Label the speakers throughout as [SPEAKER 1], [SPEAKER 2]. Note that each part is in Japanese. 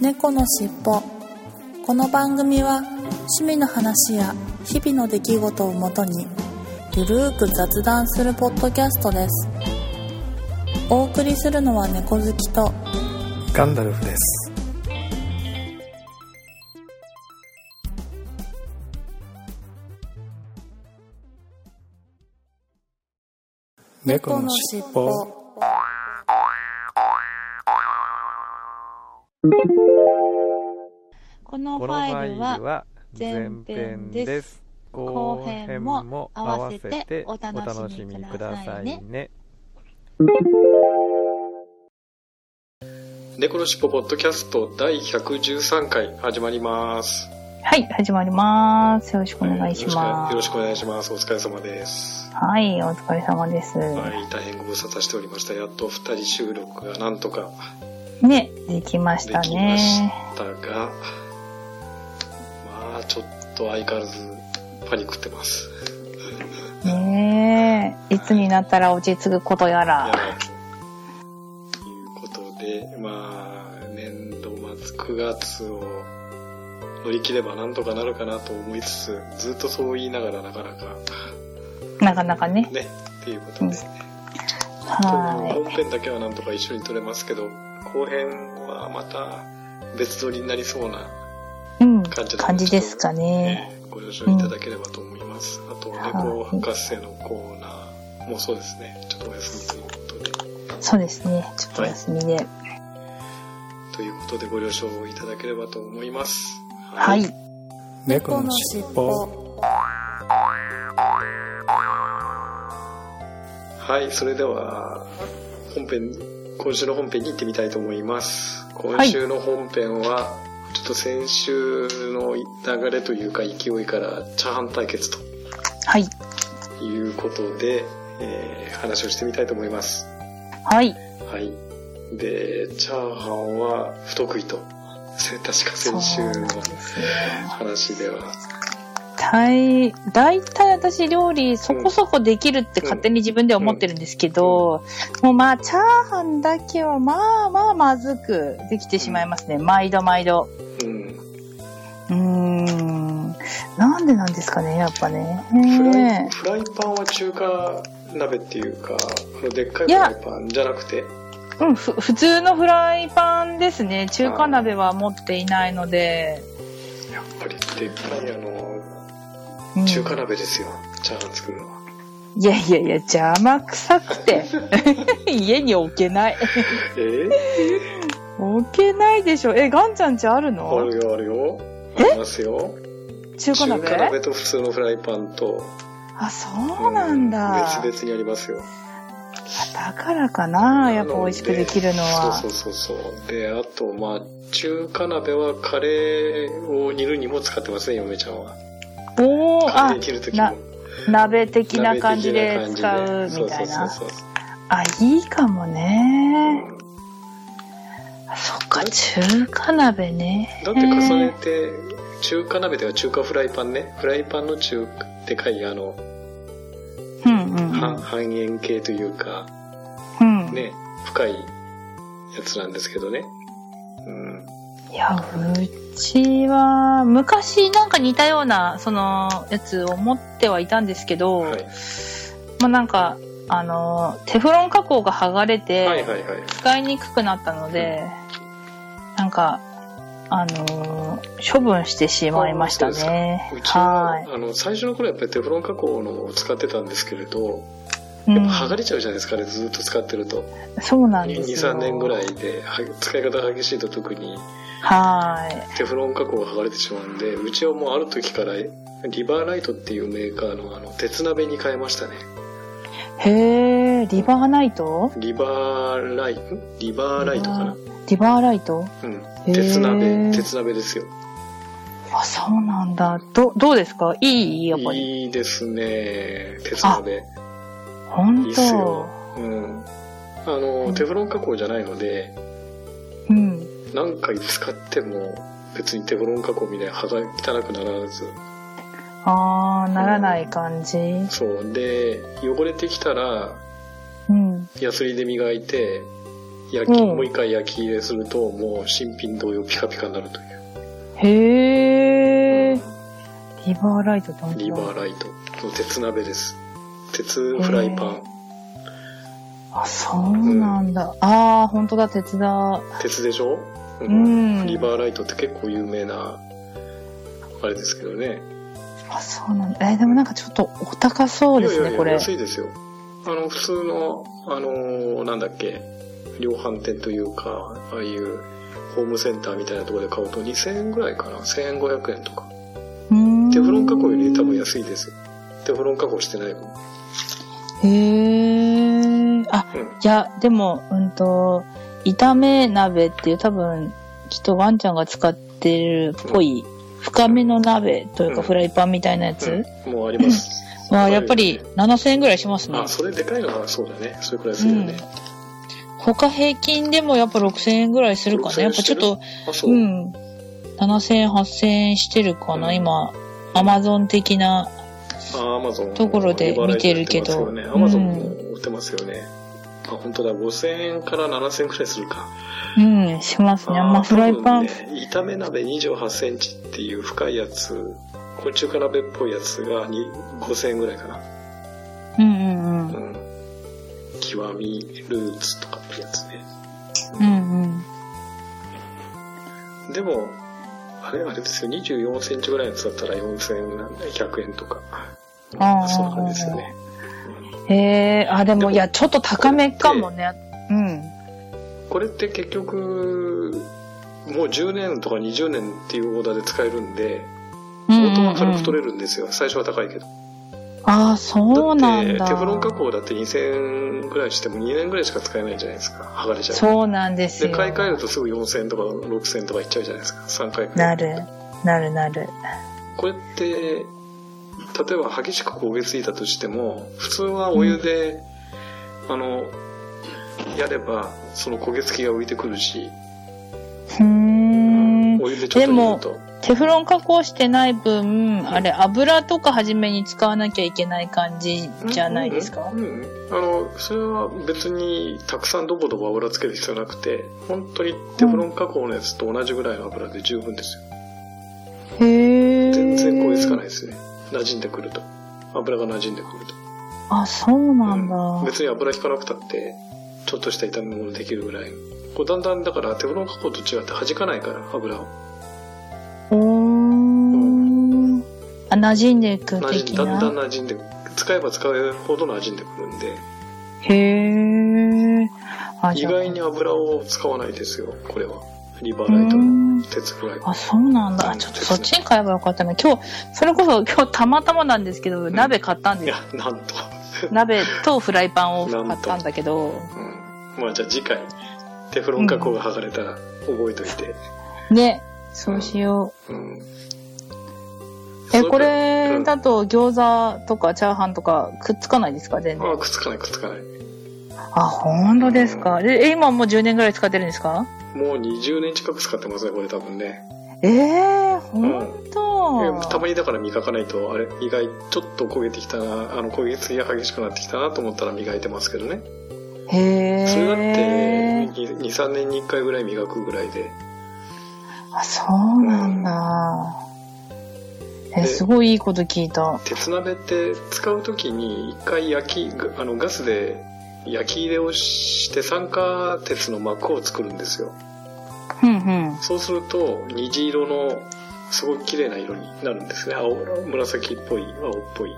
[SPEAKER 1] 猫のしっぽこの番組は趣味の話や日々の出来事をもとにゆるーく雑談するポッドキャストですお送りするのは猫好きと
[SPEAKER 2] ガンダルフです。猫のしっぽ。
[SPEAKER 3] この
[SPEAKER 4] この
[SPEAKER 3] フ
[SPEAKER 4] フ
[SPEAKER 3] ァイ
[SPEAKER 4] ァイ
[SPEAKER 3] ル
[SPEAKER 4] ル
[SPEAKER 3] は
[SPEAKER 4] は
[SPEAKER 3] 前
[SPEAKER 4] 前
[SPEAKER 3] 編
[SPEAKER 4] 編
[SPEAKER 3] で
[SPEAKER 4] ですす。
[SPEAKER 3] 後
[SPEAKER 4] 後
[SPEAKER 3] 編
[SPEAKER 4] 編
[SPEAKER 3] も
[SPEAKER 4] も
[SPEAKER 3] 合
[SPEAKER 4] 合
[SPEAKER 3] わ
[SPEAKER 4] わ
[SPEAKER 3] せ
[SPEAKER 4] せ
[SPEAKER 3] て
[SPEAKER 4] て
[SPEAKER 3] お
[SPEAKER 4] お
[SPEAKER 3] 楽
[SPEAKER 4] 楽
[SPEAKER 3] し
[SPEAKER 4] し
[SPEAKER 3] み
[SPEAKER 4] み
[SPEAKER 3] く
[SPEAKER 4] く
[SPEAKER 3] だ
[SPEAKER 4] だ
[SPEAKER 3] さ
[SPEAKER 4] さ
[SPEAKER 3] い
[SPEAKER 4] い
[SPEAKER 3] ね
[SPEAKER 4] ね。
[SPEAKER 2] ネコのしっぽポッドキャスト第113回始まります。
[SPEAKER 5] はい、始まります。よろしくお願いします。
[SPEAKER 2] よろしくお願いします。お疲れ様です。
[SPEAKER 5] はい、お疲れ様です。
[SPEAKER 2] はい、大変ご無沙汰しておりました。やっと二人収録がなんとか
[SPEAKER 5] ね、できまし
[SPEAKER 2] で
[SPEAKER 5] た
[SPEAKER 2] きまし
[SPEAKER 5] ね。
[SPEAKER 2] たが、まあちょっと相変わらずパニックってます。
[SPEAKER 5] ねえ、いつになったら落ち着くことや
[SPEAKER 2] や
[SPEAKER 5] ら。
[SPEAKER 2] ばいということで、まあ、年度末9月を乗り切ればなんとかなるかなと思いつつ、ずっとそう言いながらなかなか
[SPEAKER 5] なかなかね。
[SPEAKER 2] ね、っていうことで、
[SPEAKER 5] うん
[SPEAKER 2] 本
[SPEAKER 5] は。
[SPEAKER 2] 編だけはなんとか一緒に撮れますけど、後編はまた別撮りになりそうない
[SPEAKER 5] うん、
[SPEAKER 2] 感じな
[SPEAKER 5] 感
[SPEAKER 2] の
[SPEAKER 5] じですかね。
[SPEAKER 2] ねご了承いただければと思います。あと、猫博士のコーナーもそうですね、ちょっとお休みということで。
[SPEAKER 5] そうですね。ちょっとお休みで。
[SPEAKER 2] ということでご了承いただければと思います。
[SPEAKER 5] はい。。
[SPEAKER 2] 猫
[SPEAKER 1] 猫のしっぽ
[SPEAKER 2] はい、それでは本編、今週の本編に行ってみたいと思います。今
[SPEAKER 5] い
[SPEAKER 2] 週の本編は、ちょっと先週の流れというか勢いからチャーハン対決と
[SPEAKER 5] はい。
[SPEAKER 2] いうことで、えー話をしてみたいと思います。
[SPEAKER 5] はい。
[SPEAKER 2] はい。で、チャーハンは不得意と。せ確か先週の
[SPEAKER 5] そうですね
[SPEAKER 2] 話では。
[SPEAKER 5] 大大体私料理そこそこできるって勝手に自分では思ってるんですけど、もうまあチャーハンだけはまあまあまずくできてしまいますね毎度毎度
[SPEAKER 2] うん。
[SPEAKER 5] うーんなんでなんですかねやっぱね
[SPEAKER 2] フライ
[SPEAKER 5] ね
[SPEAKER 2] フライパンは中華鍋っていうか、あのでっかい
[SPEAKER 5] い
[SPEAKER 2] フ
[SPEAKER 5] や
[SPEAKER 2] ライパンじゃなくて。
[SPEAKER 5] うんふ普通のフライパンですね中華鍋は持っていないので、
[SPEAKER 2] やっぱりでっかいあの
[SPEAKER 5] うん
[SPEAKER 2] 中華鍋ですよ、チャーハン作るのは。
[SPEAKER 5] いやいやいや邪魔くさく て家に置けない
[SPEAKER 2] えー、
[SPEAKER 5] 置けないでしょえガンちゃんちある
[SPEAKER 2] あ
[SPEAKER 5] の
[SPEAKER 2] るよあるよ。ありますよ。
[SPEAKER 5] 中華
[SPEAKER 2] 中
[SPEAKER 5] 鍋
[SPEAKER 2] 華鍋と普通のフライパンと、
[SPEAKER 5] あそうなんだ、
[SPEAKER 2] うん別々にありますよ。
[SPEAKER 5] だからかなやっぱ美味しくできるのは
[SPEAKER 2] そうそうそうそう。で、あと、まあ、中華鍋はカレーを煮るにも使ってますね、嫁ちゃんは。
[SPEAKER 5] おお
[SPEAKER 2] カ
[SPEAKER 5] あ
[SPEAKER 2] レー煮るとき
[SPEAKER 5] な
[SPEAKER 2] も。
[SPEAKER 5] 鍋的な感じ
[SPEAKER 2] 鍋
[SPEAKER 5] で
[SPEAKER 2] 的
[SPEAKER 5] 使
[SPEAKER 2] な
[SPEAKER 5] う
[SPEAKER 2] 感じで
[SPEAKER 5] みたいな
[SPEAKER 2] そうそうそうそう
[SPEAKER 5] あいいかもね
[SPEAKER 2] うん
[SPEAKER 5] そっか中華鍋ね
[SPEAKER 2] だって重ねて中華鍋では中華フライパンねフライパンの中でかいあの、
[SPEAKER 5] うんうん
[SPEAKER 2] 半半円形というか
[SPEAKER 5] うん、
[SPEAKER 2] ね深いやつなんですけどねうん
[SPEAKER 5] いやうちは昔なんか似たようなそのやつを持ってはいたんですけど、
[SPEAKER 2] はい
[SPEAKER 5] もうなんかあのテフロン加工が剥がれて、
[SPEAKER 2] はいはいはい
[SPEAKER 5] 使いにくくなったので、なんか、あのー処分してしまいましたね
[SPEAKER 2] う。ち
[SPEAKER 5] は
[SPEAKER 2] はあの最初の頃やっぱりテフロン加工のを使ってたんですけれど
[SPEAKER 5] い。う
[SPEAKER 2] やっ
[SPEAKER 5] ん
[SPEAKER 2] ぱ、剥がれちゃうじゃないですかあれずっと使ってると
[SPEAKER 5] そうなんですよ。
[SPEAKER 2] 23年ぐらいでは使い方激しいと特に
[SPEAKER 5] は
[SPEAKER 2] テフロン加工が剥がれてしまうんでうちはもうある時からリバーライトっていうメーカーのあの鉄鍋に変えました
[SPEAKER 5] い。
[SPEAKER 2] ね
[SPEAKER 5] へえ、リバーナイト
[SPEAKER 2] リバーライトリバーライトかな
[SPEAKER 5] リバーライト
[SPEAKER 2] うん
[SPEAKER 5] へー
[SPEAKER 2] 鉄鍋鉄鍋ですよ
[SPEAKER 5] あ、そうなんだ。ど、どうですかいいやっぱり。
[SPEAKER 2] いいですね鉄鍋
[SPEAKER 5] ほ
[SPEAKER 2] いい
[SPEAKER 5] ん
[SPEAKER 2] っす
[SPEAKER 5] と
[SPEAKER 2] よ。うんあの、
[SPEAKER 5] うん
[SPEAKER 2] テフロン加工じゃないので
[SPEAKER 5] うん。
[SPEAKER 2] 何回使っても別にテフロン加工みたいに歯が汚くならず
[SPEAKER 5] あー、ならない感じ。
[SPEAKER 2] そうで汚れてきたら
[SPEAKER 5] うん。
[SPEAKER 2] ヤスリで磨いて焼き、
[SPEAKER 5] うん
[SPEAKER 2] もう一回焼き入れすると、もう新品同様ピカピカになるという。
[SPEAKER 5] へえ。リバーライトって本
[SPEAKER 2] リ
[SPEAKER 5] 当
[SPEAKER 2] バ
[SPEAKER 5] だ。
[SPEAKER 2] ーライトの鉄鍋です。鉄フライパン、
[SPEAKER 5] あ、そうなんだ。ああ、本当だ、鉄だ。
[SPEAKER 2] 鉄でしょ、う
[SPEAKER 5] うん
[SPEAKER 2] リバーライトって結構有名な、あれですけどね。
[SPEAKER 5] あ、そうなんだ。えーでもなんかちょっとお高そうですね、
[SPEAKER 2] いやいやいや
[SPEAKER 5] これ。
[SPEAKER 2] 安いですよ。あの、普通の、あのーなんだっけ、量販店というか、ああいうホームセンターみたいなところで買うと2000円ぐらいかな。1500円とか。
[SPEAKER 5] うーん
[SPEAKER 2] テフロン加工より多分安いですよ。テフロン加工してない分。
[SPEAKER 5] へえ。あ、
[SPEAKER 2] うん
[SPEAKER 5] いや、でも、うんと、炒め鍋っていう多分、きっとワンちゃんが使ってるっぽい、深めの鍋という
[SPEAKER 2] うん
[SPEAKER 5] かフライパンみたいなやつ
[SPEAKER 2] うん、もうあります。
[SPEAKER 5] は、やっぱり7000円ぐらいしますね
[SPEAKER 2] あ、。それでかいのはそうだね。それくらいするよね。
[SPEAKER 5] 他平均でもやっぱ6000円ぐらいするか
[SPEAKER 2] 6000
[SPEAKER 5] な。
[SPEAKER 2] 円
[SPEAKER 5] やっぱちょっと、
[SPEAKER 2] あ、そう。
[SPEAKER 5] うん。7000円、8000円してるかな、
[SPEAKER 2] うん
[SPEAKER 5] 今。アマゾン的な。
[SPEAKER 2] あ、アマゾン。
[SPEAKER 5] ところで見てるけど
[SPEAKER 2] アマゾンも売ってますよね。あ、本当だ。5000円から7000円くらいするか。
[SPEAKER 5] うん、しますね。
[SPEAKER 2] ー
[SPEAKER 5] まあ、フライパン。
[SPEAKER 2] 多分ね炒め鍋28センチっていう深いやつ、これ中華鍋っぽいやつがに5000円ぐらいかな。
[SPEAKER 5] うんうんうん
[SPEAKER 2] う。ん。極みルーツとかってやつね。
[SPEAKER 5] うんうん。
[SPEAKER 2] でも、あれあれですよ。24センチぐらいのやつだったら4100円とか。
[SPEAKER 5] ああ
[SPEAKER 2] そんな感じですよね。
[SPEAKER 5] へえ、あ、で
[SPEAKER 2] でも
[SPEAKER 5] も、いや、ちょっと高めかもね。うん。
[SPEAKER 2] これって結局、もう10年とか20年っていうオーダーで使えるんで、
[SPEAKER 5] うん
[SPEAKER 2] 元は軽く取
[SPEAKER 5] れ
[SPEAKER 2] れるんですよ。最初は高いけど。
[SPEAKER 5] ああ、そうなん
[SPEAKER 2] だ
[SPEAKER 5] だ。
[SPEAKER 2] ってテフロン加工だって2000円ぐらいしても2年ぐらいしか使えないじゃないですか剥がれちゃう
[SPEAKER 5] そうなんです
[SPEAKER 2] で
[SPEAKER 5] よ。
[SPEAKER 2] 買い替えるとすぐ4000円とか6000円とかいっちゃうじゃないですか3回替
[SPEAKER 5] な
[SPEAKER 2] え
[SPEAKER 5] る、なる、なる。
[SPEAKER 2] これって例えば激しく焦げついたとしても普通はお湯で、あのやればその焦げ付きが浮いてくるし、
[SPEAKER 5] ふーん。
[SPEAKER 2] お湯でちょっと煮ると
[SPEAKER 5] テフロン加工してない分、あれ、油とか初めに使わなきゃいけない感じじゃないですか
[SPEAKER 2] う。んうんうんあのそれは別にたくさんドボドボ油つける必要なくて本当にテフロン加工のやつと同じぐらいの油で十分ですよ
[SPEAKER 5] へえ。
[SPEAKER 2] 全然焦げつかないですね馴染んでくると油が馴染んでくると
[SPEAKER 5] あ、そうなんだ。
[SPEAKER 2] うん別に油引かなくたってちょっとした炒め物できるぐらいこうだんだんだからテフロン加工と違って弾かないから油を
[SPEAKER 5] おー。あ、馴染んでいく
[SPEAKER 2] 馴染
[SPEAKER 5] 的
[SPEAKER 2] んだんだん
[SPEAKER 5] な。
[SPEAKER 2] 馴染んで使えば使うほど馴染んでくるんで
[SPEAKER 5] へえ。あ
[SPEAKER 2] 意
[SPEAKER 5] じゃあ
[SPEAKER 2] 外に油を使わないですよこれはリバ
[SPEAKER 5] う
[SPEAKER 2] ーライトの
[SPEAKER 5] ん
[SPEAKER 2] 鉄フライパン
[SPEAKER 5] あ、そうなんだ。
[SPEAKER 2] う
[SPEAKER 5] あ
[SPEAKER 2] ん
[SPEAKER 5] ちょっとそっちに買えばよかったな。今日、それこそ今日たまたまなんですけど、
[SPEAKER 2] ん
[SPEAKER 5] 鍋買ったん
[SPEAKER 2] い
[SPEAKER 5] で
[SPEAKER 2] や
[SPEAKER 5] す。
[SPEAKER 2] なんと、
[SPEAKER 5] 鍋とフライパンを
[SPEAKER 2] なん
[SPEAKER 5] 買っ
[SPEAKER 2] と
[SPEAKER 5] たんだけど、
[SPEAKER 2] うん、まあじゃあ次回テフロン加工が剥がれたら覚えといて、
[SPEAKER 5] ね、そうしよ
[SPEAKER 2] うん
[SPEAKER 5] う。え、
[SPEAKER 2] そう
[SPEAKER 5] こ
[SPEAKER 2] う
[SPEAKER 5] れ
[SPEAKER 2] ん
[SPEAKER 5] だと餃子とかチャーハンとかくっつかないですか全然。
[SPEAKER 2] あくっつかないくっつかない
[SPEAKER 5] あ、本当ですか。え、え今もう10年ぐらい使ってるんですか
[SPEAKER 2] もう20年近く使ってますねこれ多分ね、
[SPEAKER 5] えー、本
[SPEAKER 2] えた
[SPEAKER 5] 当
[SPEAKER 2] まにだから磨かないとあれ意外ちょっと焦げてきたなあの焦げつきが激しくなってきたなと思ったら磨いてますけどね
[SPEAKER 5] へ
[SPEAKER 2] それだって
[SPEAKER 5] え。
[SPEAKER 2] 23年に1回ぐらい磨くぐらいで
[SPEAKER 5] あ、そうなんだ。え、
[SPEAKER 2] です
[SPEAKER 5] ごいいいこと聞いた。
[SPEAKER 2] 鉄鍋って使う時に1回焼きあのガスで焼き入れをして酸化鉄の膜を作るんですよ
[SPEAKER 5] うんうん。
[SPEAKER 2] そうすると虹色のすごい綺麗な色になるんですね青紫っぽい青っぽい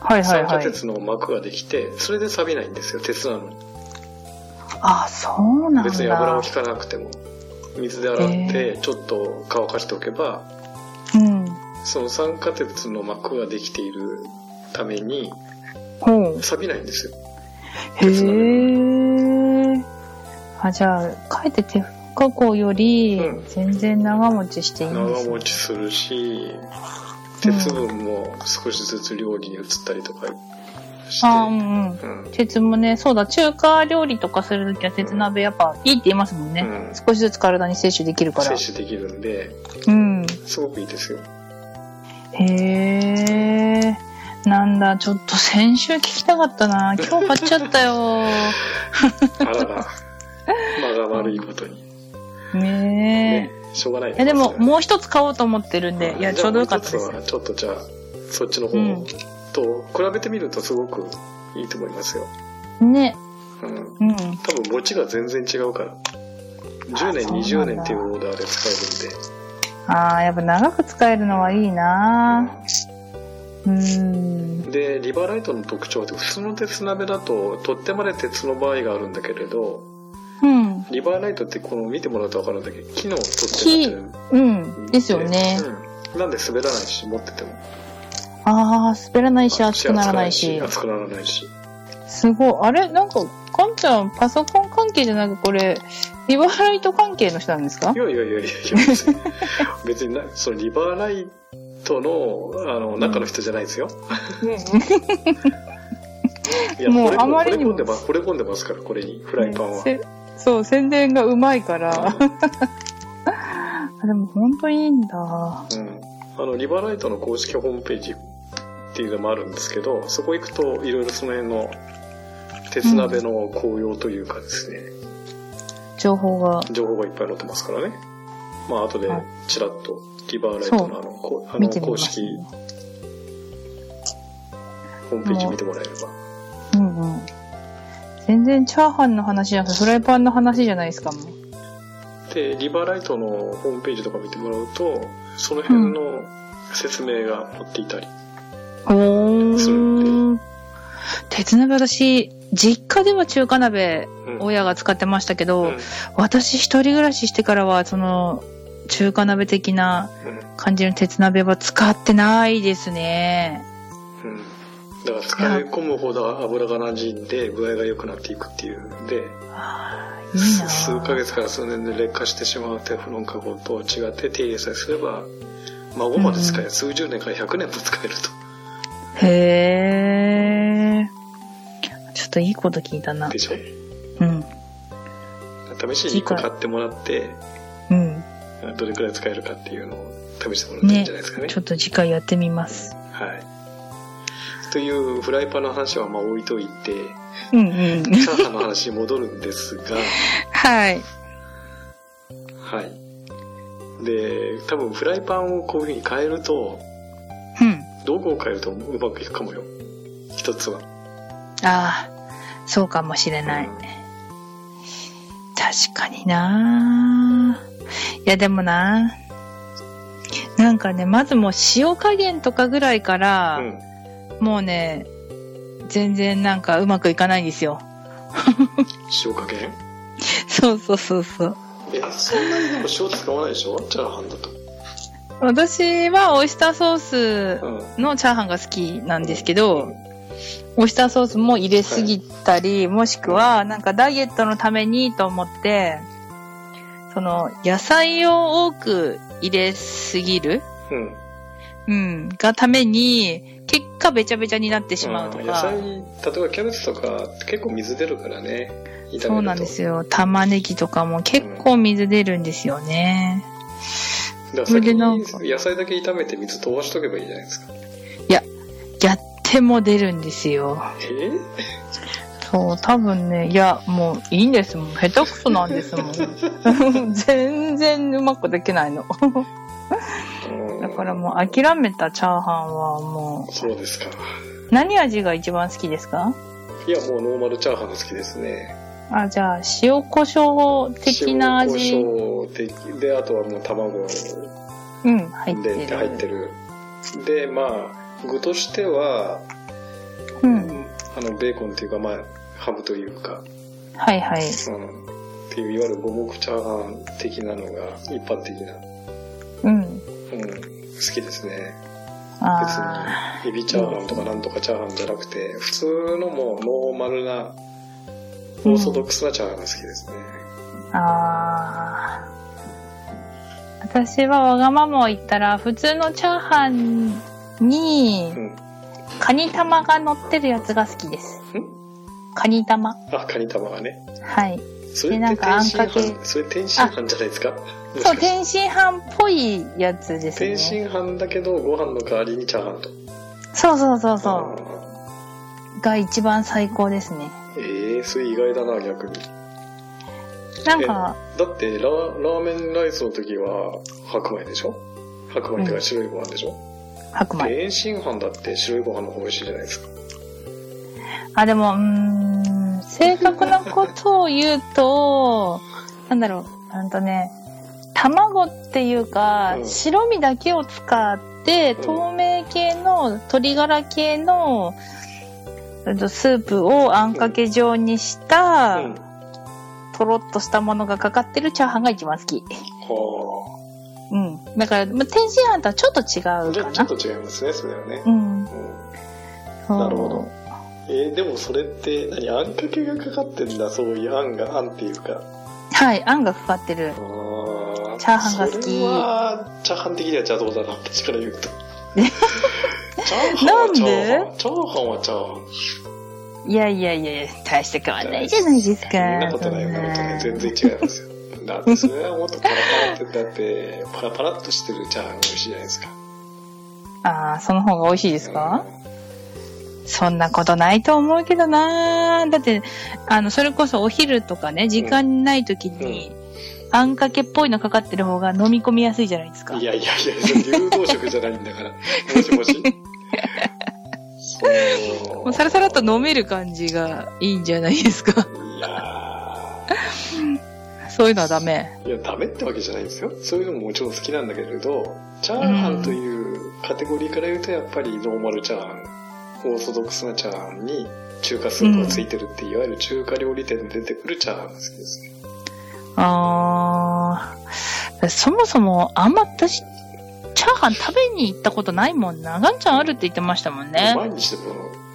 [SPEAKER 5] はいはい
[SPEAKER 2] 酸化
[SPEAKER 5] はい。
[SPEAKER 2] 鉄の膜ができてそれで錆びないんですよ鉄なのに
[SPEAKER 5] あ、そうなんだ。
[SPEAKER 2] 別に油を引かなくても水で洗って
[SPEAKER 5] へ
[SPEAKER 2] ちょっと乾かしておけば
[SPEAKER 5] うん。
[SPEAKER 2] その酸化鉄の膜ができているために
[SPEAKER 5] ほう。
[SPEAKER 2] 錆びないんですよ
[SPEAKER 5] へえ。あ、じゃあ、かえって手加工より
[SPEAKER 2] うん、
[SPEAKER 5] 全然長持ちしていいんで
[SPEAKER 2] 長
[SPEAKER 5] す、ね
[SPEAKER 2] 持ちするし鉄分も少しずつ料理に移ったりとかして、
[SPEAKER 5] あ、うんうん。
[SPEAKER 2] うん
[SPEAKER 5] 鉄もね、そうだ、中華料理とかするときは鉄鍋やっぱいいって言いますもんね。
[SPEAKER 2] うん
[SPEAKER 5] 少しずつ体に摂取できるから。
[SPEAKER 2] 摂取できるんで
[SPEAKER 5] うん。
[SPEAKER 2] すごくい いですよ
[SPEAKER 5] へえ。なんだ、ちょっと 先週聞きたかったな。今日買っちゃったよ。
[SPEAKER 2] あらら。悪いことに。
[SPEAKER 5] ね
[SPEAKER 2] ね、しょうがない
[SPEAKER 5] え。いやでも、
[SPEAKER 2] う
[SPEAKER 5] もう一つ買おうと思ってるんで、いや、ちょうどよかったです
[SPEAKER 2] は。ちょっとじゃあ、そっちの方
[SPEAKER 5] うん
[SPEAKER 2] と比べてみるとすごくいいと思いますよ。
[SPEAKER 5] ね。
[SPEAKER 2] うん。
[SPEAKER 5] うん。
[SPEAKER 2] 多分持ちが全然違うから。10年、
[SPEAKER 5] そう
[SPEAKER 2] 20
[SPEAKER 5] なんだ
[SPEAKER 2] 年っていうオーダーで使えるんで。
[SPEAKER 5] ああ、やっぱ長く使えるのはいいなうん。
[SPEAKER 2] でリバーライトの特徴って普通の鉄鍋だと取っ手まで鉄の場合があるんだけれど
[SPEAKER 5] うん。
[SPEAKER 2] リバーライトってこの見てもらうと分かるんだけど木の取っ手になって
[SPEAKER 5] うん。
[SPEAKER 2] る
[SPEAKER 5] ですよね。
[SPEAKER 2] うんなんで滑らないし持ってても
[SPEAKER 5] ああ、滑らないし、熱くならないし。
[SPEAKER 2] 熱くならないし
[SPEAKER 5] すごい。あれなんか、かんちゃん、パソコン関係じゃなく、これ、リバーライト関係の人なんですか
[SPEAKER 2] いやいやいやいやいや別に 別になそのリバーライトのあの中の人じゃないですよ、いや
[SPEAKER 5] もう
[SPEAKER 2] 惚れ込
[SPEAKER 5] あまりにも
[SPEAKER 2] 惚れ込んでます惚れ込んでますからこれにフライパンは、
[SPEAKER 5] せそう、宣伝がうまいから。あでも、本当にいいんだ。
[SPEAKER 2] うん、あのリバーライトの公式ホームページっていうのもあるんですけどそこ行くといろいろその辺の鉄鍋の紅葉というかですね、
[SPEAKER 5] 情報が。
[SPEAKER 2] 情報がいっぱい載ってますからねまあ後で
[SPEAKER 5] はい
[SPEAKER 2] ちらっとリバーライトのあのこあの
[SPEAKER 5] 見てみ
[SPEAKER 2] 公
[SPEAKER 5] ます
[SPEAKER 2] 式ホームページ見てもらえれば
[SPEAKER 5] うんうん。全然チャーハンの話じゃなくて、フライパンの話じゃないですか、もう。
[SPEAKER 2] でリバーライトのホームページとか見てもらうとその辺の説明が載っていたり、
[SPEAKER 5] お
[SPEAKER 2] それ
[SPEAKER 5] ー。鉄鍋私、実家では中華鍋、
[SPEAKER 2] うん
[SPEAKER 5] 親が使ってましたけど、
[SPEAKER 2] うん
[SPEAKER 5] 私一人暮らししてからは、その、中華鍋的な感じの鉄鍋は使ってないですね。
[SPEAKER 2] うんうんだから使い込むほど油が馴染んで具合が良くなっていくっていうんで
[SPEAKER 5] あーいいな
[SPEAKER 2] 数数ヶ月から数年で劣化してしまうテフロン加工と違って手入れさえすれば孫まで使え、
[SPEAKER 5] う
[SPEAKER 2] 数十年から100年も使える
[SPEAKER 5] へー。ちょっといいこと聞いたな
[SPEAKER 2] とで。しょ
[SPEAKER 5] うん。
[SPEAKER 2] 試しに1個買ってもらって
[SPEAKER 5] うん。
[SPEAKER 2] どれくらい使えるかっていうのを試してもらったらいいんじゃないですかね
[SPEAKER 5] ちょっと次回やってみます。
[SPEAKER 2] はいというフライパンの話はまあ置いとい て
[SPEAKER 5] うんうん。
[SPEAKER 2] チャーハンの話に戻るんですが
[SPEAKER 5] はい。
[SPEAKER 2] はいで多分フライパンをこういうふうに変えると
[SPEAKER 5] うん。
[SPEAKER 2] 道具を変えるとうまくいくかもよ一つは
[SPEAKER 5] ああ、そうかもしれない。
[SPEAKER 2] うん
[SPEAKER 5] 確かにないや、でもななんかね、まずもう塩加減とかぐらいか
[SPEAKER 2] う
[SPEAKER 5] ら、
[SPEAKER 2] ん
[SPEAKER 5] もうね、全然なんかうまくいかないんですよ。
[SPEAKER 2] 塩加減
[SPEAKER 5] そうそうそうそう。
[SPEAKER 2] えそんなにでも塩使わないでしょチャーハンだと
[SPEAKER 5] 私はオイスターソー
[SPEAKER 2] うん
[SPEAKER 5] スのチャーハンが好きなんですけど、オイスターソースも入れすぎたり、もしくはなんかダイエットのためにと思って、その野菜を多く入れすぎる、
[SPEAKER 2] うん
[SPEAKER 5] うん、がために、結果べちゃべちゃになってしまうと
[SPEAKER 2] ん野
[SPEAKER 5] か
[SPEAKER 2] 菜、例えばキャベツとかって結構水出るからね炒めると
[SPEAKER 5] そうなんですよ。玉ねぎとかも結構水出るんですよね。
[SPEAKER 2] だから
[SPEAKER 5] それで
[SPEAKER 2] 先
[SPEAKER 5] なん
[SPEAKER 2] に
[SPEAKER 5] か
[SPEAKER 2] 野菜だけ炒めて水飛ばしとけばいいじゃないですか
[SPEAKER 5] やっても出るんですよ。
[SPEAKER 2] えー
[SPEAKER 5] そう、多分ね、いや、もういいんですもん。下手くそなんですも ん。全然うまくできないの。
[SPEAKER 2] うん
[SPEAKER 5] だからもう諦めたチャーハンはも
[SPEAKER 2] そうですか
[SPEAKER 5] う、何味が一番好きですか
[SPEAKER 2] いやもうノーマルチャーハンが好きですね
[SPEAKER 5] あ、じゃあ、塩胡椒的な味。
[SPEAKER 2] 塩胡椒でであとはもう卵
[SPEAKER 5] うん、入って
[SPEAKER 2] で
[SPEAKER 5] る。
[SPEAKER 2] 入ってるでまあ具としては
[SPEAKER 5] うん。
[SPEAKER 2] あのベーコンっていうかまあハムというか
[SPEAKER 5] はいはい。
[SPEAKER 2] うんっていういわゆる五目チャーハン的なのが一般的な、
[SPEAKER 5] うん。
[SPEAKER 2] うん、好きですね別
[SPEAKER 5] あ
[SPEAKER 2] にエビチャーハンとかなんとかチャーハンじゃなくて普通のもうノーマルなオーソドックスなチャーハンが好きですね、
[SPEAKER 5] ーあー。私はわがままを言ったら、普通のチャーハンに
[SPEAKER 2] うん、
[SPEAKER 5] カニ玉が乗ってるやつが好きです。カニ玉。
[SPEAKER 2] あカニ玉がね
[SPEAKER 5] はい。
[SPEAKER 2] それ
[SPEAKER 5] で
[SPEAKER 2] っ
[SPEAKER 5] な
[SPEAKER 2] て
[SPEAKER 5] んかあ
[SPEAKER 2] 天
[SPEAKER 5] ん
[SPEAKER 2] 津
[SPEAKER 5] かけ
[SPEAKER 2] 飯それ天津飯じゃないですかも
[SPEAKER 5] そ
[SPEAKER 2] し
[SPEAKER 5] う、
[SPEAKER 2] かして
[SPEAKER 5] 天津飯っぽいやつです
[SPEAKER 2] 天津
[SPEAKER 5] ね。
[SPEAKER 2] 飯だけどご飯の代わりにチャーハンと
[SPEAKER 5] そうそうそうそ
[SPEAKER 2] あ
[SPEAKER 5] う。が一番最高ですね。
[SPEAKER 2] ーええそれ意外だな逆に
[SPEAKER 5] なんか、
[SPEAKER 2] だってラ、ラーメンライスの時は白米でしょ白米っていうか白いご飯でしょ、
[SPEAKER 5] 白米。
[SPEAKER 2] で遠心飯だって白いご飯の方が美味しいじゃないですか。
[SPEAKER 5] あ、でも、うーん、正確なことを言うと、なんだろう、うんとね、卵っていうか、
[SPEAKER 2] うん
[SPEAKER 5] 白身だけを使って、
[SPEAKER 2] うん
[SPEAKER 5] 透明系の、鶏ガラ系の、うんとスープをあんかけ状にした、
[SPEAKER 2] うん。
[SPEAKER 5] とろっとしたものがかかってるチャーハンが一番好き。
[SPEAKER 2] は
[SPEAKER 5] うん。だから、まあ、天津飯とはちょっと違
[SPEAKER 2] あ。
[SPEAKER 5] う
[SPEAKER 2] じゃ
[SPEAKER 5] か
[SPEAKER 2] あち
[SPEAKER 5] な
[SPEAKER 2] ょっ。と違いますね、それはね。
[SPEAKER 5] うん。
[SPEAKER 2] うん
[SPEAKER 5] そう
[SPEAKER 2] なるほど。えーでもそれって何あんかけがかかってんだそういうあんがあんっていうか
[SPEAKER 5] はい、あんがかかってる
[SPEAKER 2] あ。ー
[SPEAKER 5] チャーハンが好き
[SPEAKER 2] それはチャーハン的には邪道だな私から 言うとチャーハンはチャーハンチャーハンはチャーハン
[SPEAKER 5] いやいやいやいや、大して変わんないじゃないですか。
[SPEAKER 2] そんなことないよそんなことない全然違いますよだってそれはもっとパラパラってだってパラパラっとしてるチャーハンが美味しいじゃないですか
[SPEAKER 5] ああ、その方が美味しいですか、そんなことないと思うけどなだって、あの、それこそお昼とかね、時間ない時に、あんかけっぽいのかかってる方が飲み込みやすいじゃないです
[SPEAKER 2] うん
[SPEAKER 5] か。
[SPEAKER 2] いやいやいやそれ流動食じゃないんだからもしもしそう
[SPEAKER 5] もうサラサラっと飲める感じがいいんじゃないですか。
[SPEAKER 2] いやー
[SPEAKER 5] そういうのはダメ。
[SPEAKER 2] いや、ダメってわけじゃないですよ。そういうのももちろん好きなんだけれど、チャーハンというカテゴリーから言うと、やっぱりノーマルチャーハン、オーソドックスなチャーハンに中華スープがついてるって、いわゆる中華料理店で出てくるチャーハンが好きですね。
[SPEAKER 5] あーそもそもあんま私、チャーハン食べに行ったことないもんな。ガンちゃんあるって言ってましたもんね。
[SPEAKER 2] 毎日でも、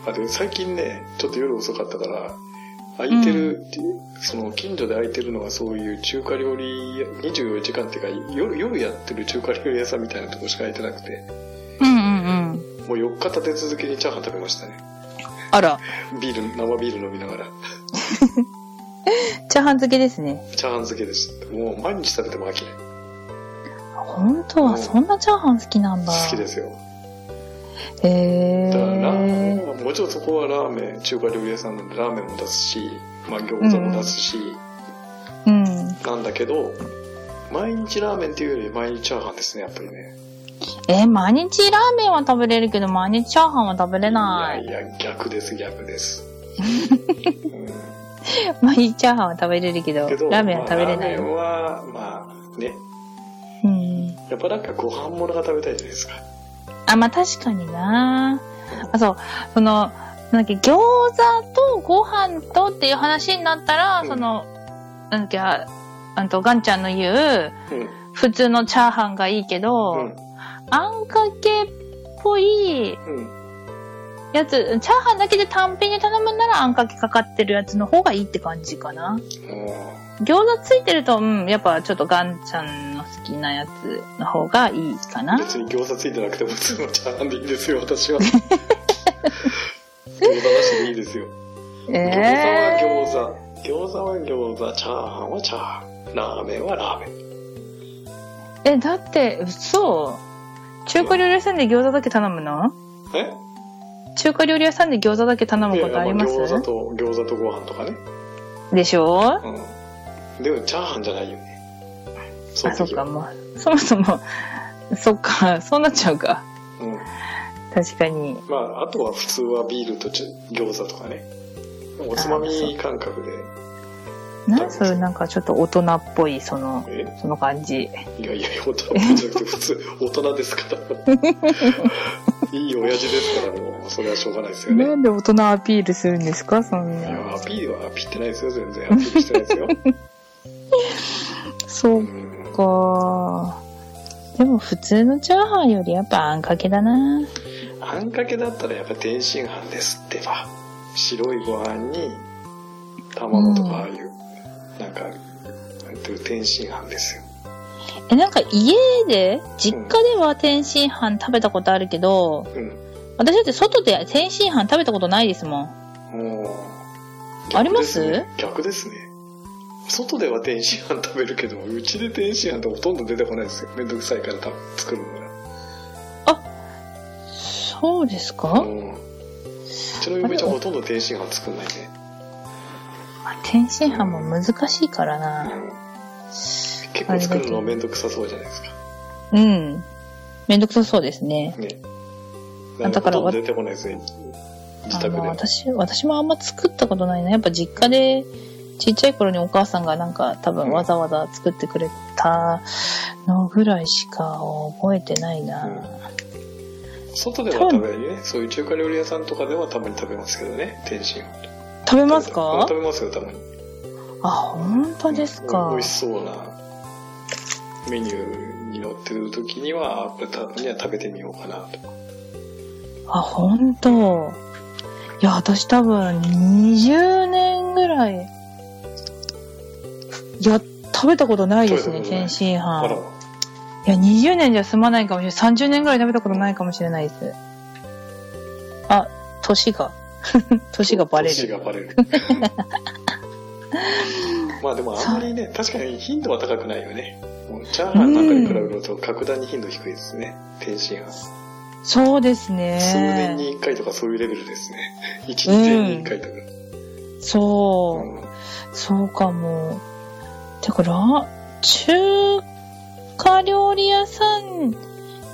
[SPEAKER 2] あ、でも最近ね、ちょっと夜遅かったから、空いてる、その近所で空いてるのがそういう中華料理屋、24時間っていうか、夜、夜やってる中華料理屋さんみたいなとこしか空いてなくて、
[SPEAKER 5] うんうんうん。
[SPEAKER 2] もう4日立て続けにチャーハン食べましたね。
[SPEAKER 5] あら、
[SPEAKER 2] ビール、生ビール飲みながら。
[SPEAKER 5] チャーハン漬けですね。
[SPEAKER 2] チャーハン漬けです。もう毎日食べても飽きない。
[SPEAKER 5] 本当はそんなチャーハン好きなんだ。
[SPEAKER 2] 好きですよ。
[SPEAKER 5] へ
[SPEAKER 2] だからラーメ
[SPEAKER 5] え。
[SPEAKER 2] ンは、もちろんそこはラーメン、中華料理屋さんなんでラーメンも出すし、まあ餃子も出すし、
[SPEAKER 5] うん。
[SPEAKER 2] なんだけど、毎日ラーメンっていうより毎日チャーハンですね、やっぱりね。
[SPEAKER 5] えー毎日ラーメンは食べれるけど、毎日チャーハンは食べれない。
[SPEAKER 2] いやいや、逆です、逆です。うん
[SPEAKER 5] 毎日チャーハンは食べれるけど、
[SPEAKER 2] けど
[SPEAKER 5] ラーメンは食べれない。
[SPEAKER 2] まあラーメンは、まあね、
[SPEAKER 5] うん。
[SPEAKER 2] やっぱなんかご飯物が食べたいじゃないですか。
[SPEAKER 5] あ、まあ確かになあ、そう、その、なんだっけ、餃子とご飯とっていう話になったら、
[SPEAKER 2] うん
[SPEAKER 5] その、なんだっけ、あ、あんと、ガンちゃんの言う、
[SPEAKER 2] うん。
[SPEAKER 5] 普通のチャーハンがいいけど、
[SPEAKER 2] うん。
[SPEAKER 5] あんかけっぽい
[SPEAKER 2] うん。
[SPEAKER 5] やつ、チャーハンだけで単品で頼むならあんかけかかってるやつの方がいいって感じかな。
[SPEAKER 2] も
[SPEAKER 5] 餃子ついてると、うん、やっぱちょっとガンちゃんの好きなやつの方がいいか
[SPEAKER 2] う
[SPEAKER 5] な。
[SPEAKER 2] 別に餃子ついてなくても普通のチャーハンでいいですよ、私は。餃子なしでいいですよ。
[SPEAKER 5] え
[SPEAKER 2] 餃子は
[SPEAKER 5] え
[SPEAKER 2] 餃子、餃子は餃子、チャーハンはチャーハン、ラーメンはラーメン。
[SPEAKER 5] え、だって、嘘中華料理屋さんで餃子だけ頼むの
[SPEAKER 2] え
[SPEAKER 5] 中華料理屋さんで餃子だけ頼むことありま
[SPEAKER 2] いやいやあ餃子
[SPEAKER 5] す
[SPEAKER 2] と、餃子とご飯とかね。
[SPEAKER 5] でしょ
[SPEAKER 2] うん。でもチャーハンじゃないよね。そ
[SPEAKER 5] あ、
[SPEAKER 2] の
[SPEAKER 5] そっ
[SPEAKER 2] 時
[SPEAKER 5] か、
[SPEAKER 2] は。
[SPEAKER 5] もう、そもそも、 そっか、そうなっちゃうか。
[SPEAKER 2] うん。
[SPEAKER 5] 確かに。
[SPEAKER 2] まあ、あとは普通はビールとち餃子とかね。おつまみ感覚で。
[SPEAKER 5] な、そういうなんかちょっと大人っぽい、その、
[SPEAKER 2] え
[SPEAKER 5] その感じ。
[SPEAKER 2] いやいや、大人じゃなくて 普通、大人ですから。いい親父ですから、もう、それはしょうがないですよね。
[SPEAKER 5] なんで大人アピールするんですかそん
[SPEAKER 2] いや、
[SPEAKER 5] な。
[SPEAKER 2] アピールはアピってないですよ、全然。アピールしてないですよ。
[SPEAKER 5] そううんか。でも普通のチャーハンよりやっぱあんかけだな。
[SPEAKER 2] あんかけだったらやっぱ天津飯ですってば白いご飯に卵とかああいう、なんかなんていう天津飯ですよ
[SPEAKER 5] え、なんか家で、実家では天津飯食べたことあるけど、
[SPEAKER 2] うん
[SPEAKER 5] 私だって外で天津飯食べたことないですもん。
[SPEAKER 2] もう
[SPEAKER 5] あります
[SPEAKER 2] 逆ですね外では天津飯食べるけどうちで天津飯ってほとんど出てこないですよめんどくさいから多分作るのが
[SPEAKER 5] そうです
[SPEAKER 2] う
[SPEAKER 5] か
[SPEAKER 2] んうちの嫁ちゃんほとんど天津飯作んないね
[SPEAKER 5] 天津飯も難しいからな。
[SPEAKER 2] 結構作るのはめんどくさそうじゃないですか。
[SPEAKER 5] うん。めんどくさそうですね。
[SPEAKER 2] ね。
[SPEAKER 5] あだから
[SPEAKER 2] なんかほとんど出てこないですね。自
[SPEAKER 5] あ
[SPEAKER 2] 宅で
[SPEAKER 5] の
[SPEAKER 2] も。
[SPEAKER 5] 私、私もあんま作ったことないな。やっぱ実家で、ちっちゃい頃にお母さんがなんか多分わざわざ作ってくれたのぐらいしか覚えてないな。
[SPEAKER 2] 外では食べるね。そういう中華料理屋さんとかではたまに食べますけどね。天津飯。食
[SPEAKER 5] 食べます
[SPEAKER 2] べ
[SPEAKER 5] か
[SPEAKER 2] 食べますよ、たまに。
[SPEAKER 5] あ、本当ですか
[SPEAKER 2] 美。味しそうなメニューに載ってる時には、これたまには食べてみようかなと。
[SPEAKER 5] あ、本当。いや、私多分20年ぐらい、いや、食べたことないですね、
[SPEAKER 2] 食べたことない
[SPEAKER 5] 天津
[SPEAKER 2] あ
[SPEAKER 5] 飯
[SPEAKER 2] ら。、
[SPEAKER 5] いや、20年じゃ済まないかもしれない。30年ぐらい食べたことないかもしれないです。あ、年が。 年がバレ
[SPEAKER 2] 年が
[SPEAKER 5] る。
[SPEAKER 2] バレる。まあでもあんまりね、確かに頻度は高くないよね。もうチャーハンなんかに比べると格段に頻度低いですね。天津飯。
[SPEAKER 5] そうです
[SPEAKER 2] 数
[SPEAKER 5] ね。
[SPEAKER 2] 年に1回とかそういうレベルですね。1日に1回とか。
[SPEAKER 5] そう。
[SPEAKER 2] うん
[SPEAKER 5] そうかも。てか、ら中華料理屋さん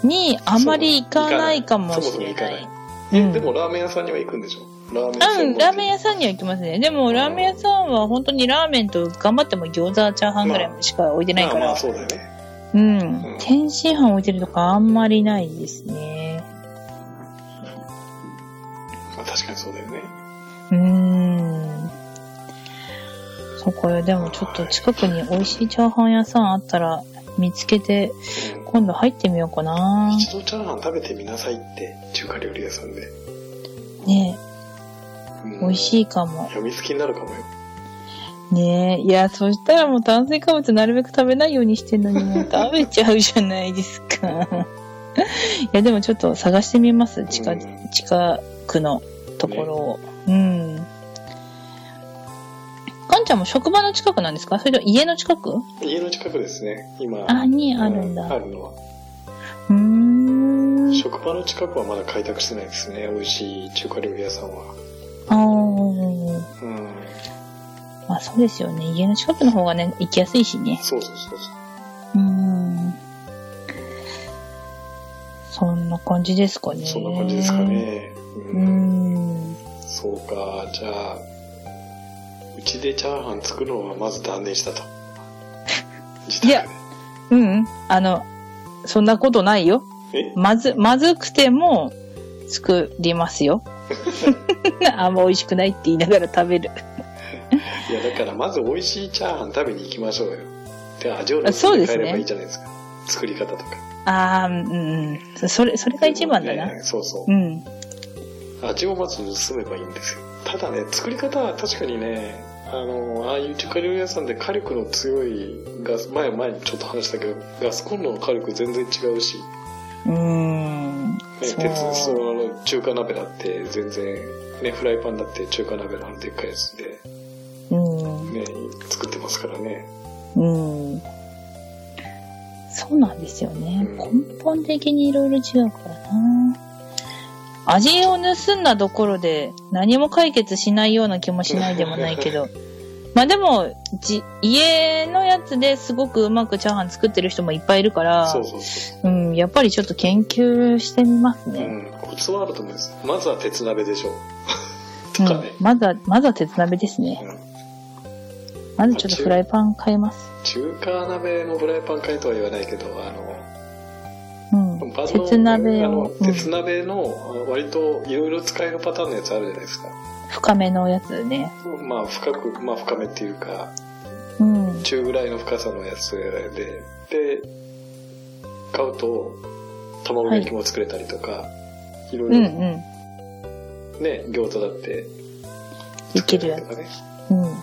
[SPEAKER 5] にあまり行かないかもしれない。
[SPEAKER 2] え
[SPEAKER 5] うん
[SPEAKER 2] でもラーメン屋さんには行くんでしょラーメン
[SPEAKER 5] う
[SPEAKER 2] 専門
[SPEAKER 5] ん、
[SPEAKER 2] 店
[SPEAKER 5] ラーメン屋さんには行きますね。でも、ラーメン屋さんは本当にラーメンと頑張っても餃子、チャーハンぐらいしか置いてないか
[SPEAKER 2] まあま
[SPEAKER 5] ら
[SPEAKER 2] あ。そうだよね。
[SPEAKER 5] うん。天津飯置いてるとかあんまりないですね。
[SPEAKER 2] まあ確かにそうだよね。
[SPEAKER 5] うーん。そこよ。でもちょっと近くに美味しいチャーハン屋さんあったら見つけて
[SPEAKER 2] うん
[SPEAKER 5] 今度入ってみようかな。
[SPEAKER 2] 一度チャーハン食べてみなさいって、中華料理屋さんで。
[SPEAKER 5] ねえ、美味
[SPEAKER 2] い。
[SPEAKER 5] しいかも。
[SPEAKER 2] 病みつきになるかもよ。
[SPEAKER 5] ねえ、いや、そしたらもう炭水化物なるべく食べないようにして んのに、もう食べちゃうじゃないですか。 いや、でもちょっと探してみます。近、
[SPEAKER 2] うん
[SPEAKER 5] 近くのところを。うん。かんちゃんも職場の近くなんですかそれとも家の近く
[SPEAKER 2] 家の近くですね、今。
[SPEAKER 5] あ、にあるん
[SPEAKER 2] う
[SPEAKER 5] だ。
[SPEAKER 2] あ
[SPEAKER 5] う
[SPEAKER 2] るのは。
[SPEAKER 5] ーん。
[SPEAKER 2] 職場の近くはまだ開拓してないですね。美味しい中華料理屋さんは。
[SPEAKER 5] あー
[SPEAKER 2] うん。
[SPEAKER 5] まあそうですよね。家の近くの方がね、行きやすいしね。
[SPEAKER 2] そうそうそうそう。
[SPEAKER 5] うーんそんな感じですかね。
[SPEAKER 2] そんな感じですか。ね。
[SPEAKER 5] うーん。
[SPEAKER 2] そうか、じゃあ、うちでチャーハン作るのはまず断 念したと。自宅で
[SPEAKER 5] いやうんうん。あの、そんなことないよ。
[SPEAKER 2] え
[SPEAKER 5] まず、まずくても作ります よ。あんま美味しくないって言いながら食べる。
[SPEAKER 2] いや、だからまず美味しいチャーハン食べに行きましょうよ。で、味を
[SPEAKER 5] あそう
[SPEAKER 2] 乗
[SPEAKER 5] で
[SPEAKER 2] せ
[SPEAKER 5] す
[SPEAKER 2] て帰
[SPEAKER 5] ね
[SPEAKER 2] ればいいじゃないですか。作り方とか。
[SPEAKER 5] ああ、うんうん。それ、それが一番だな。
[SPEAKER 2] ねそうそう
[SPEAKER 5] う。ん。
[SPEAKER 2] 味をまず盗めばいいんですよ。ただね、作り方は確かにね、あの、ああいう中華料理屋さんで火力の強いガス、前、前にちょっと話したけど、ガスコンロの火力全然違うし、ね、
[SPEAKER 5] うーん。
[SPEAKER 2] 鉄、そ
[SPEAKER 5] そう。
[SPEAKER 2] の中華鍋だって全然、ね、フライパンだって中華鍋のあのでっかいやつで、
[SPEAKER 5] うん。
[SPEAKER 2] ね、作ってますからね。
[SPEAKER 5] うん。そうなんですよね。
[SPEAKER 2] うん
[SPEAKER 5] 根本的にいろいろ違うからな。味を盗んだところで何も解決しないような気もしないでもないけ ど。まあでも、じ、家のやつですごくうまくチャーハン作ってる人もいっぱいいるから、
[SPEAKER 2] そうそうそう。
[SPEAKER 5] うん、やっぱりちょっと研究してみます
[SPEAKER 2] う
[SPEAKER 5] ね。
[SPEAKER 2] ん、コツはあると思います。まずは鉄鍋でしょう。
[SPEAKER 5] う
[SPEAKER 2] と
[SPEAKER 5] ん
[SPEAKER 2] かね。
[SPEAKER 5] まずは、まずは鉄鍋ですね。
[SPEAKER 2] うん
[SPEAKER 5] まずちょっとフライパン買います。
[SPEAKER 2] 中華鍋のフライパン買いとは言わないけど、あの、
[SPEAKER 5] うん。
[SPEAKER 2] 万能
[SPEAKER 5] 鉄鍋
[SPEAKER 2] あ
[SPEAKER 5] を、
[SPEAKER 2] の
[SPEAKER 5] うん
[SPEAKER 2] 鉄鍋のあの割といろいろ使えるパターンのやつあるじゃないですか、
[SPEAKER 5] 深めのやつね。
[SPEAKER 2] まあ深くまあ深めっていうか
[SPEAKER 5] うん。
[SPEAKER 2] 中ぐらいの深さのやつでで買うと卵焼きも作れたりとか、い、ろ
[SPEAKER 5] うんう
[SPEAKER 2] いろ
[SPEAKER 5] ん。
[SPEAKER 2] ね餃子だって
[SPEAKER 5] いける
[SPEAKER 2] や
[SPEAKER 5] や
[SPEAKER 2] つ
[SPEAKER 5] つ。
[SPEAKER 2] とかね
[SPEAKER 5] うん。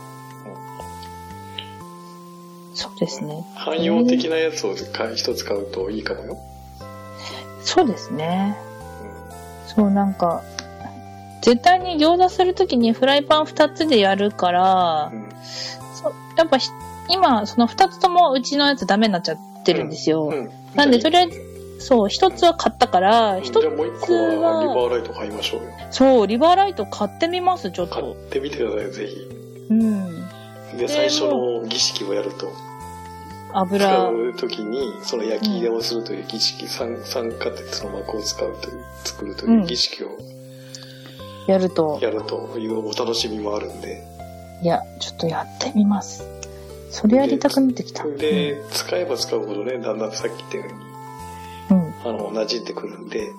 [SPEAKER 5] そうですね。
[SPEAKER 2] 汎用的なやつをか一つ買うといいかもよ、
[SPEAKER 5] そうですね。
[SPEAKER 2] う
[SPEAKER 5] そう、なんか、絶対に餃子するときにフライパン2つでやるから、
[SPEAKER 2] んうん
[SPEAKER 5] そうやっぱひ今、その2つともうちのやつダメになっちゃってるんですよ。
[SPEAKER 2] うん、
[SPEAKER 5] なんで
[SPEAKER 2] じ
[SPEAKER 5] と
[SPEAKER 2] ゃ
[SPEAKER 5] りあえずそう、1つは買ったから、
[SPEAKER 2] じゃあ
[SPEAKER 5] 1
[SPEAKER 2] もう一
[SPEAKER 5] つ
[SPEAKER 2] 個はリバ
[SPEAKER 5] は、
[SPEAKER 2] ーライト買いましょうよ
[SPEAKER 5] そう、リバーライト買ってみます、ちょっ
[SPEAKER 2] 買っ
[SPEAKER 5] と。
[SPEAKER 2] てみてくださいぜひ
[SPEAKER 5] うん。
[SPEAKER 2] で最初の儀式をやると使
[SPEAKER 5] 油、
[SPEAKER 2] う時にその焼き入れをするという儀式、酸酸化鉄の膜を使うという作るという儀式を
[SPEAKER 5] やると。
[SPEAKER 2] やるというお楽しみもあるんで、
[SPEAKER 5] いや、ちょっとやってみます。それやりたくなってきた。うん。
[SPEAKER 2] で使えば使うほどねだんだんさっき言ったようにあの馴染んでくるんで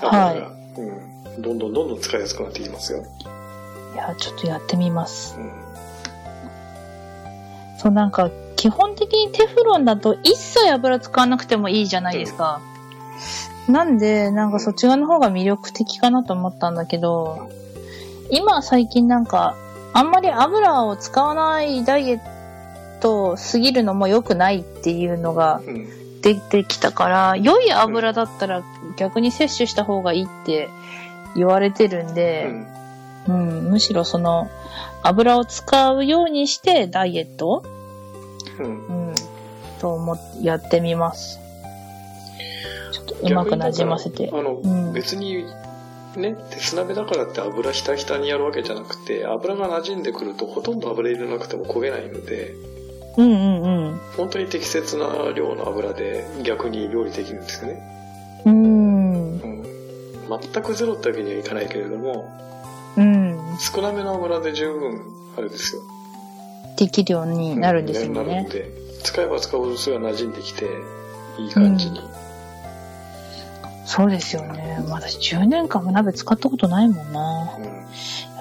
[SPEAKER 5] はい
[SPEAKER 2] 油が、うん、どんどんどんどん使いやすくなっていきますよ、
[SPEAKER 5] いや、ちょっとやってみます。
[SPEAKER 2] うん、
[SPEAKER 5] そう、なんか、基本的にテフロンだと一切油使わなくてもいいじゃないですか。なんで、なんかそっち側の方が魅力的かなと思ったんだけど、今最近なんか、あんまり油を使わないダイエットすぎるのも良くないっていうのが
[SPEAKER 2] うん
[SPEAKER 5] 出てきたから、良い油だったら逆に摂取した方がいいって言われてるんで、
[SPEAKER 2] うん
[SPEAKER 5] うん、むしろその油を使うようにしてダイエット、
[SPEAKER 2] うん
[SPEAKER 5] うん、と思ってやってみます。ちょっとうまくなじませて
[SPEAKER 2] 逆。にだからあの、
[SPEAKER 5] うん
[SPEAKER 2] 別にね鉄鍋だからって油ひたひたにやるわけじゃなくて油が馴染んでくるとほとんど油入れなくても焦げないので
[SPEAKER 5] うんうん
[SPEAKER 2] 本当に適切な量の油で逆に料理できるんですよね、
[SPEAKER 5] うん。うん。
[SPEAKER 2] うん、全くゼロってわけにはいかないけれども
[SPEAKER 5] うん。
[SPEAKER 2] 少なめの油で十分あれですよ
[SPEAKER 5] できるようになるんですよ
[SPEAKER 2] なる
[SPEAKER 5] ね
[SPEAKER 2] の。で使えば使うほどそれが馴染んできていい感じに、
[SPEAKER 5] そうですよね。私10年間も鍋使ったことないもんな。
[SPEAKER 2] う
[SPEAKER 5] や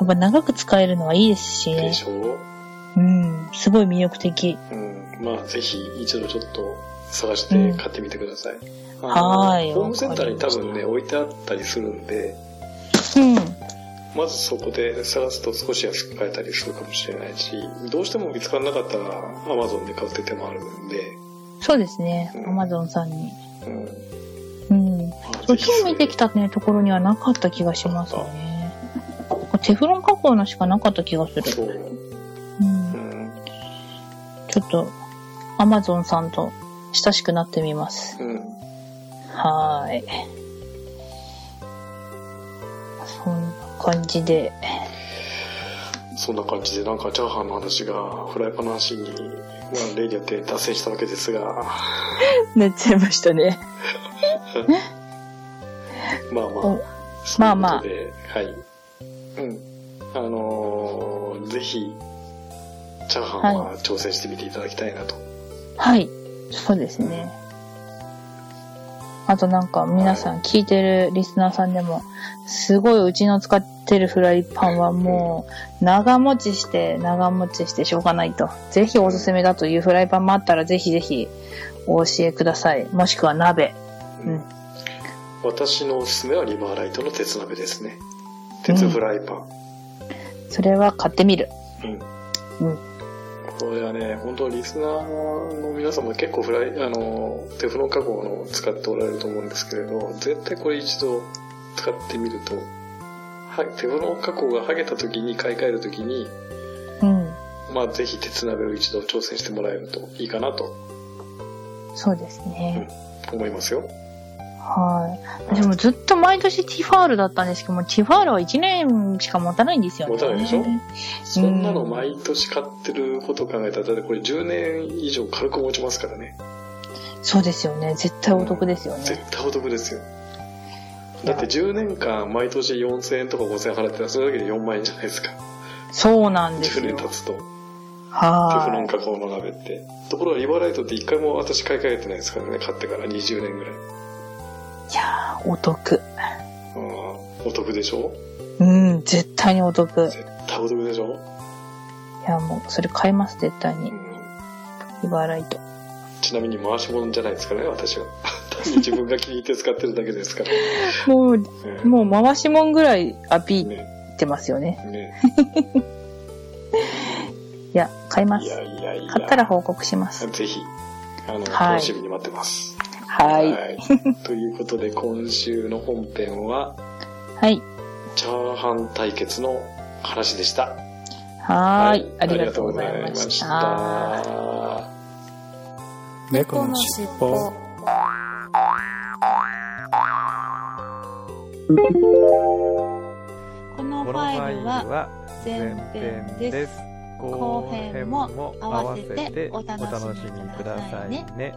[SPEAKER 5] っぱ長く使えるのはいいですし
[SPEAKER 2] ん、。でしょう、
[SPEAKER 5] うん。すごい魅力的。
[SPEAKER 2] うん、まあぜひ一度ちょっと探して買ってみてください、
[SPEAKER 5] はーい
[SPEAKER 2] あのホームセンターに多分ね
[SPEAKER 5] わ
[SPEAKER 2] 置いてあったりするんで
[SPEAKER 5] うん。
[SPEAKER 2] まずそこで探すと少し安く買えたりするかもしれないしどうしても見つからなかったら Amazon で買うって手もあるんで、
[SPEAKER 5] そうですね
[SPEAKER 2] う。
[SPEAKER 5] ア
[SPEAKER 2] ん
[SPEAKER 5] マゾンさんに。
[SPEAKER 2] うん
[SPEAKER 5] うん。
[SPEAKER 2] まあ
[SPEAKER 5] 今
[SPEAKER 2] ぜひ
[SPEAKER 5] 日見てきたね、ところにはなかった気がしますね。テフロン加工のしかなかった気がする。
[SPEAKER 2] そう、
[SPEAKER 5] うん
[SPEAKER 2] う、ん
[SPEAKER 5] ちょっと、アマゾンさんと親しくなってみます。
[SPEAKER 2] うん、
[SPEAKER 5] はーい。そんな感じで。
[SPEAKER 2] そんな感じでなんかチャーハンの話がフライパンの話に、まあ、例によって脱線したわけですが
[SPEAKER 5] 寝ちゃいましたね。
[SPEAKER 2] まあまあ
[SPEAKER 5] おまあまあ
[SPEAKER 2] そういうことではいうんあのーぜひチャーハンは挑戦してみていただきたいなと、
[SPEAKER 5] はい。そうですね。あとなんか皆さん聞いてるリスナーさんでも、すごいうちの使ってるフライパンはもう長持ちして長持ちしてしょうがないと。ぜひおすすめだというフライパンもあったらぜひぜひお教えください。もしくは鍋。うん
[SPEAKER 2] 私のおすすめはリバーライトの鉄鍋ですね鉄フライパン、
[SPEAKER 5] それは買ってみる。
[SPEAKER 2] うん
[SPEAKER 5] うん
[SPEAKER 2] これはね本当リスナーの皆様結構フライあのテフロン加工のを使っておられると思うんですけれど絶対これ一度使ってみるとはテフロン加工が剥げた時に買い替える時に
[SPEAKER 5] うん。
[SPEAKER 2] まあぜひ鉄鍋を一度挑戦してもらえるといいかなと
[SPEAKER 5] そうですね。
[SPEAKER 2] 思いますよ
[SPEAKER 5] はい。私もずっと毎年ティファールだったんですけども、ティファールは1年しか持たないんですよね。
[SPEAKER 2] 持たないでしょそんなの毎年買ってることを考えたらだってこれ10年以上軽く持ちますからね
[SPEAKER 5] そうですよね。絶対お得ですよね。
[SPEAKER 2] 絶対お得ですよだって10年間毎年4000円とか5000円払ってたらそれだけで4万円じゃないですか
[SPEAKER 5] そうなんです
[SPEAKER 2] 10年
[SPEAKER 5] よ。
[SPEAKER 2] 経つとテフロン
[SPEAKER 5] は
[SPEAKER 2] 加工の鍋ってところがリバーライトって1回も私買い替えてないですからね買ってから20年ぐらい
[SPEAKER 5] い。いやーお得。
[SPEAKER 2] うんお得でしょ
[SPEAKER 5] うん、絶対にお得。
[SPEAKER 2] 絶対お得でしょ、
[SPEAKER 5] いや、もう、それ買います、絶対
[SPEAKER 2] う
[SPEAKER 5] に。
[SPEAKER 2] ん、
[SPEAKER 5] リバーライト。
[SPEAKER 2] ちなみに回し物じゃないですからね 私は単に自分が気に入って使ってるだけですから、
[SPEAKER 5] もう、
[SPEAKER 2] うん
[SPEAKER 5] もう回しもんぐらいアピー
[SPEAKER 2] ね
[SPEAKER 5] ってますよね。
[SPEAKER 2] ね
[SPEAKER 5] いや、買いま
[SPEAKER 2] いや
[SPEAKER 5] す。
[SPEAKER 2] いやいや
[SPEAKER 5] 買ったら報告します。
[SPEAKER 2] ぜひあ
[SPEAKER 5] は
[SPEAKER 2] の、
[SPEAKER 5] い
[SPEAKER 2] 楽しみに待ってます
[SPEAKER 5] はい。
[SPEAKER 2] という ことで今週の本編は
[SPEAKER 5] はい。
[SPEAKER 2] チャーハン対決の話でした。
[SPEAKER 5] はーい。ありがとうございました。
[SPEAKER 2] ありがとうござい
[SPEAKER 1] 猫の
[SPEAKER 2] ました。
[SPEAKER 1] しっぽ
[SPEAKER 5] この
[SPEAKER 3] このファイルは前編です。後編も合わせてお楽しみくださいね。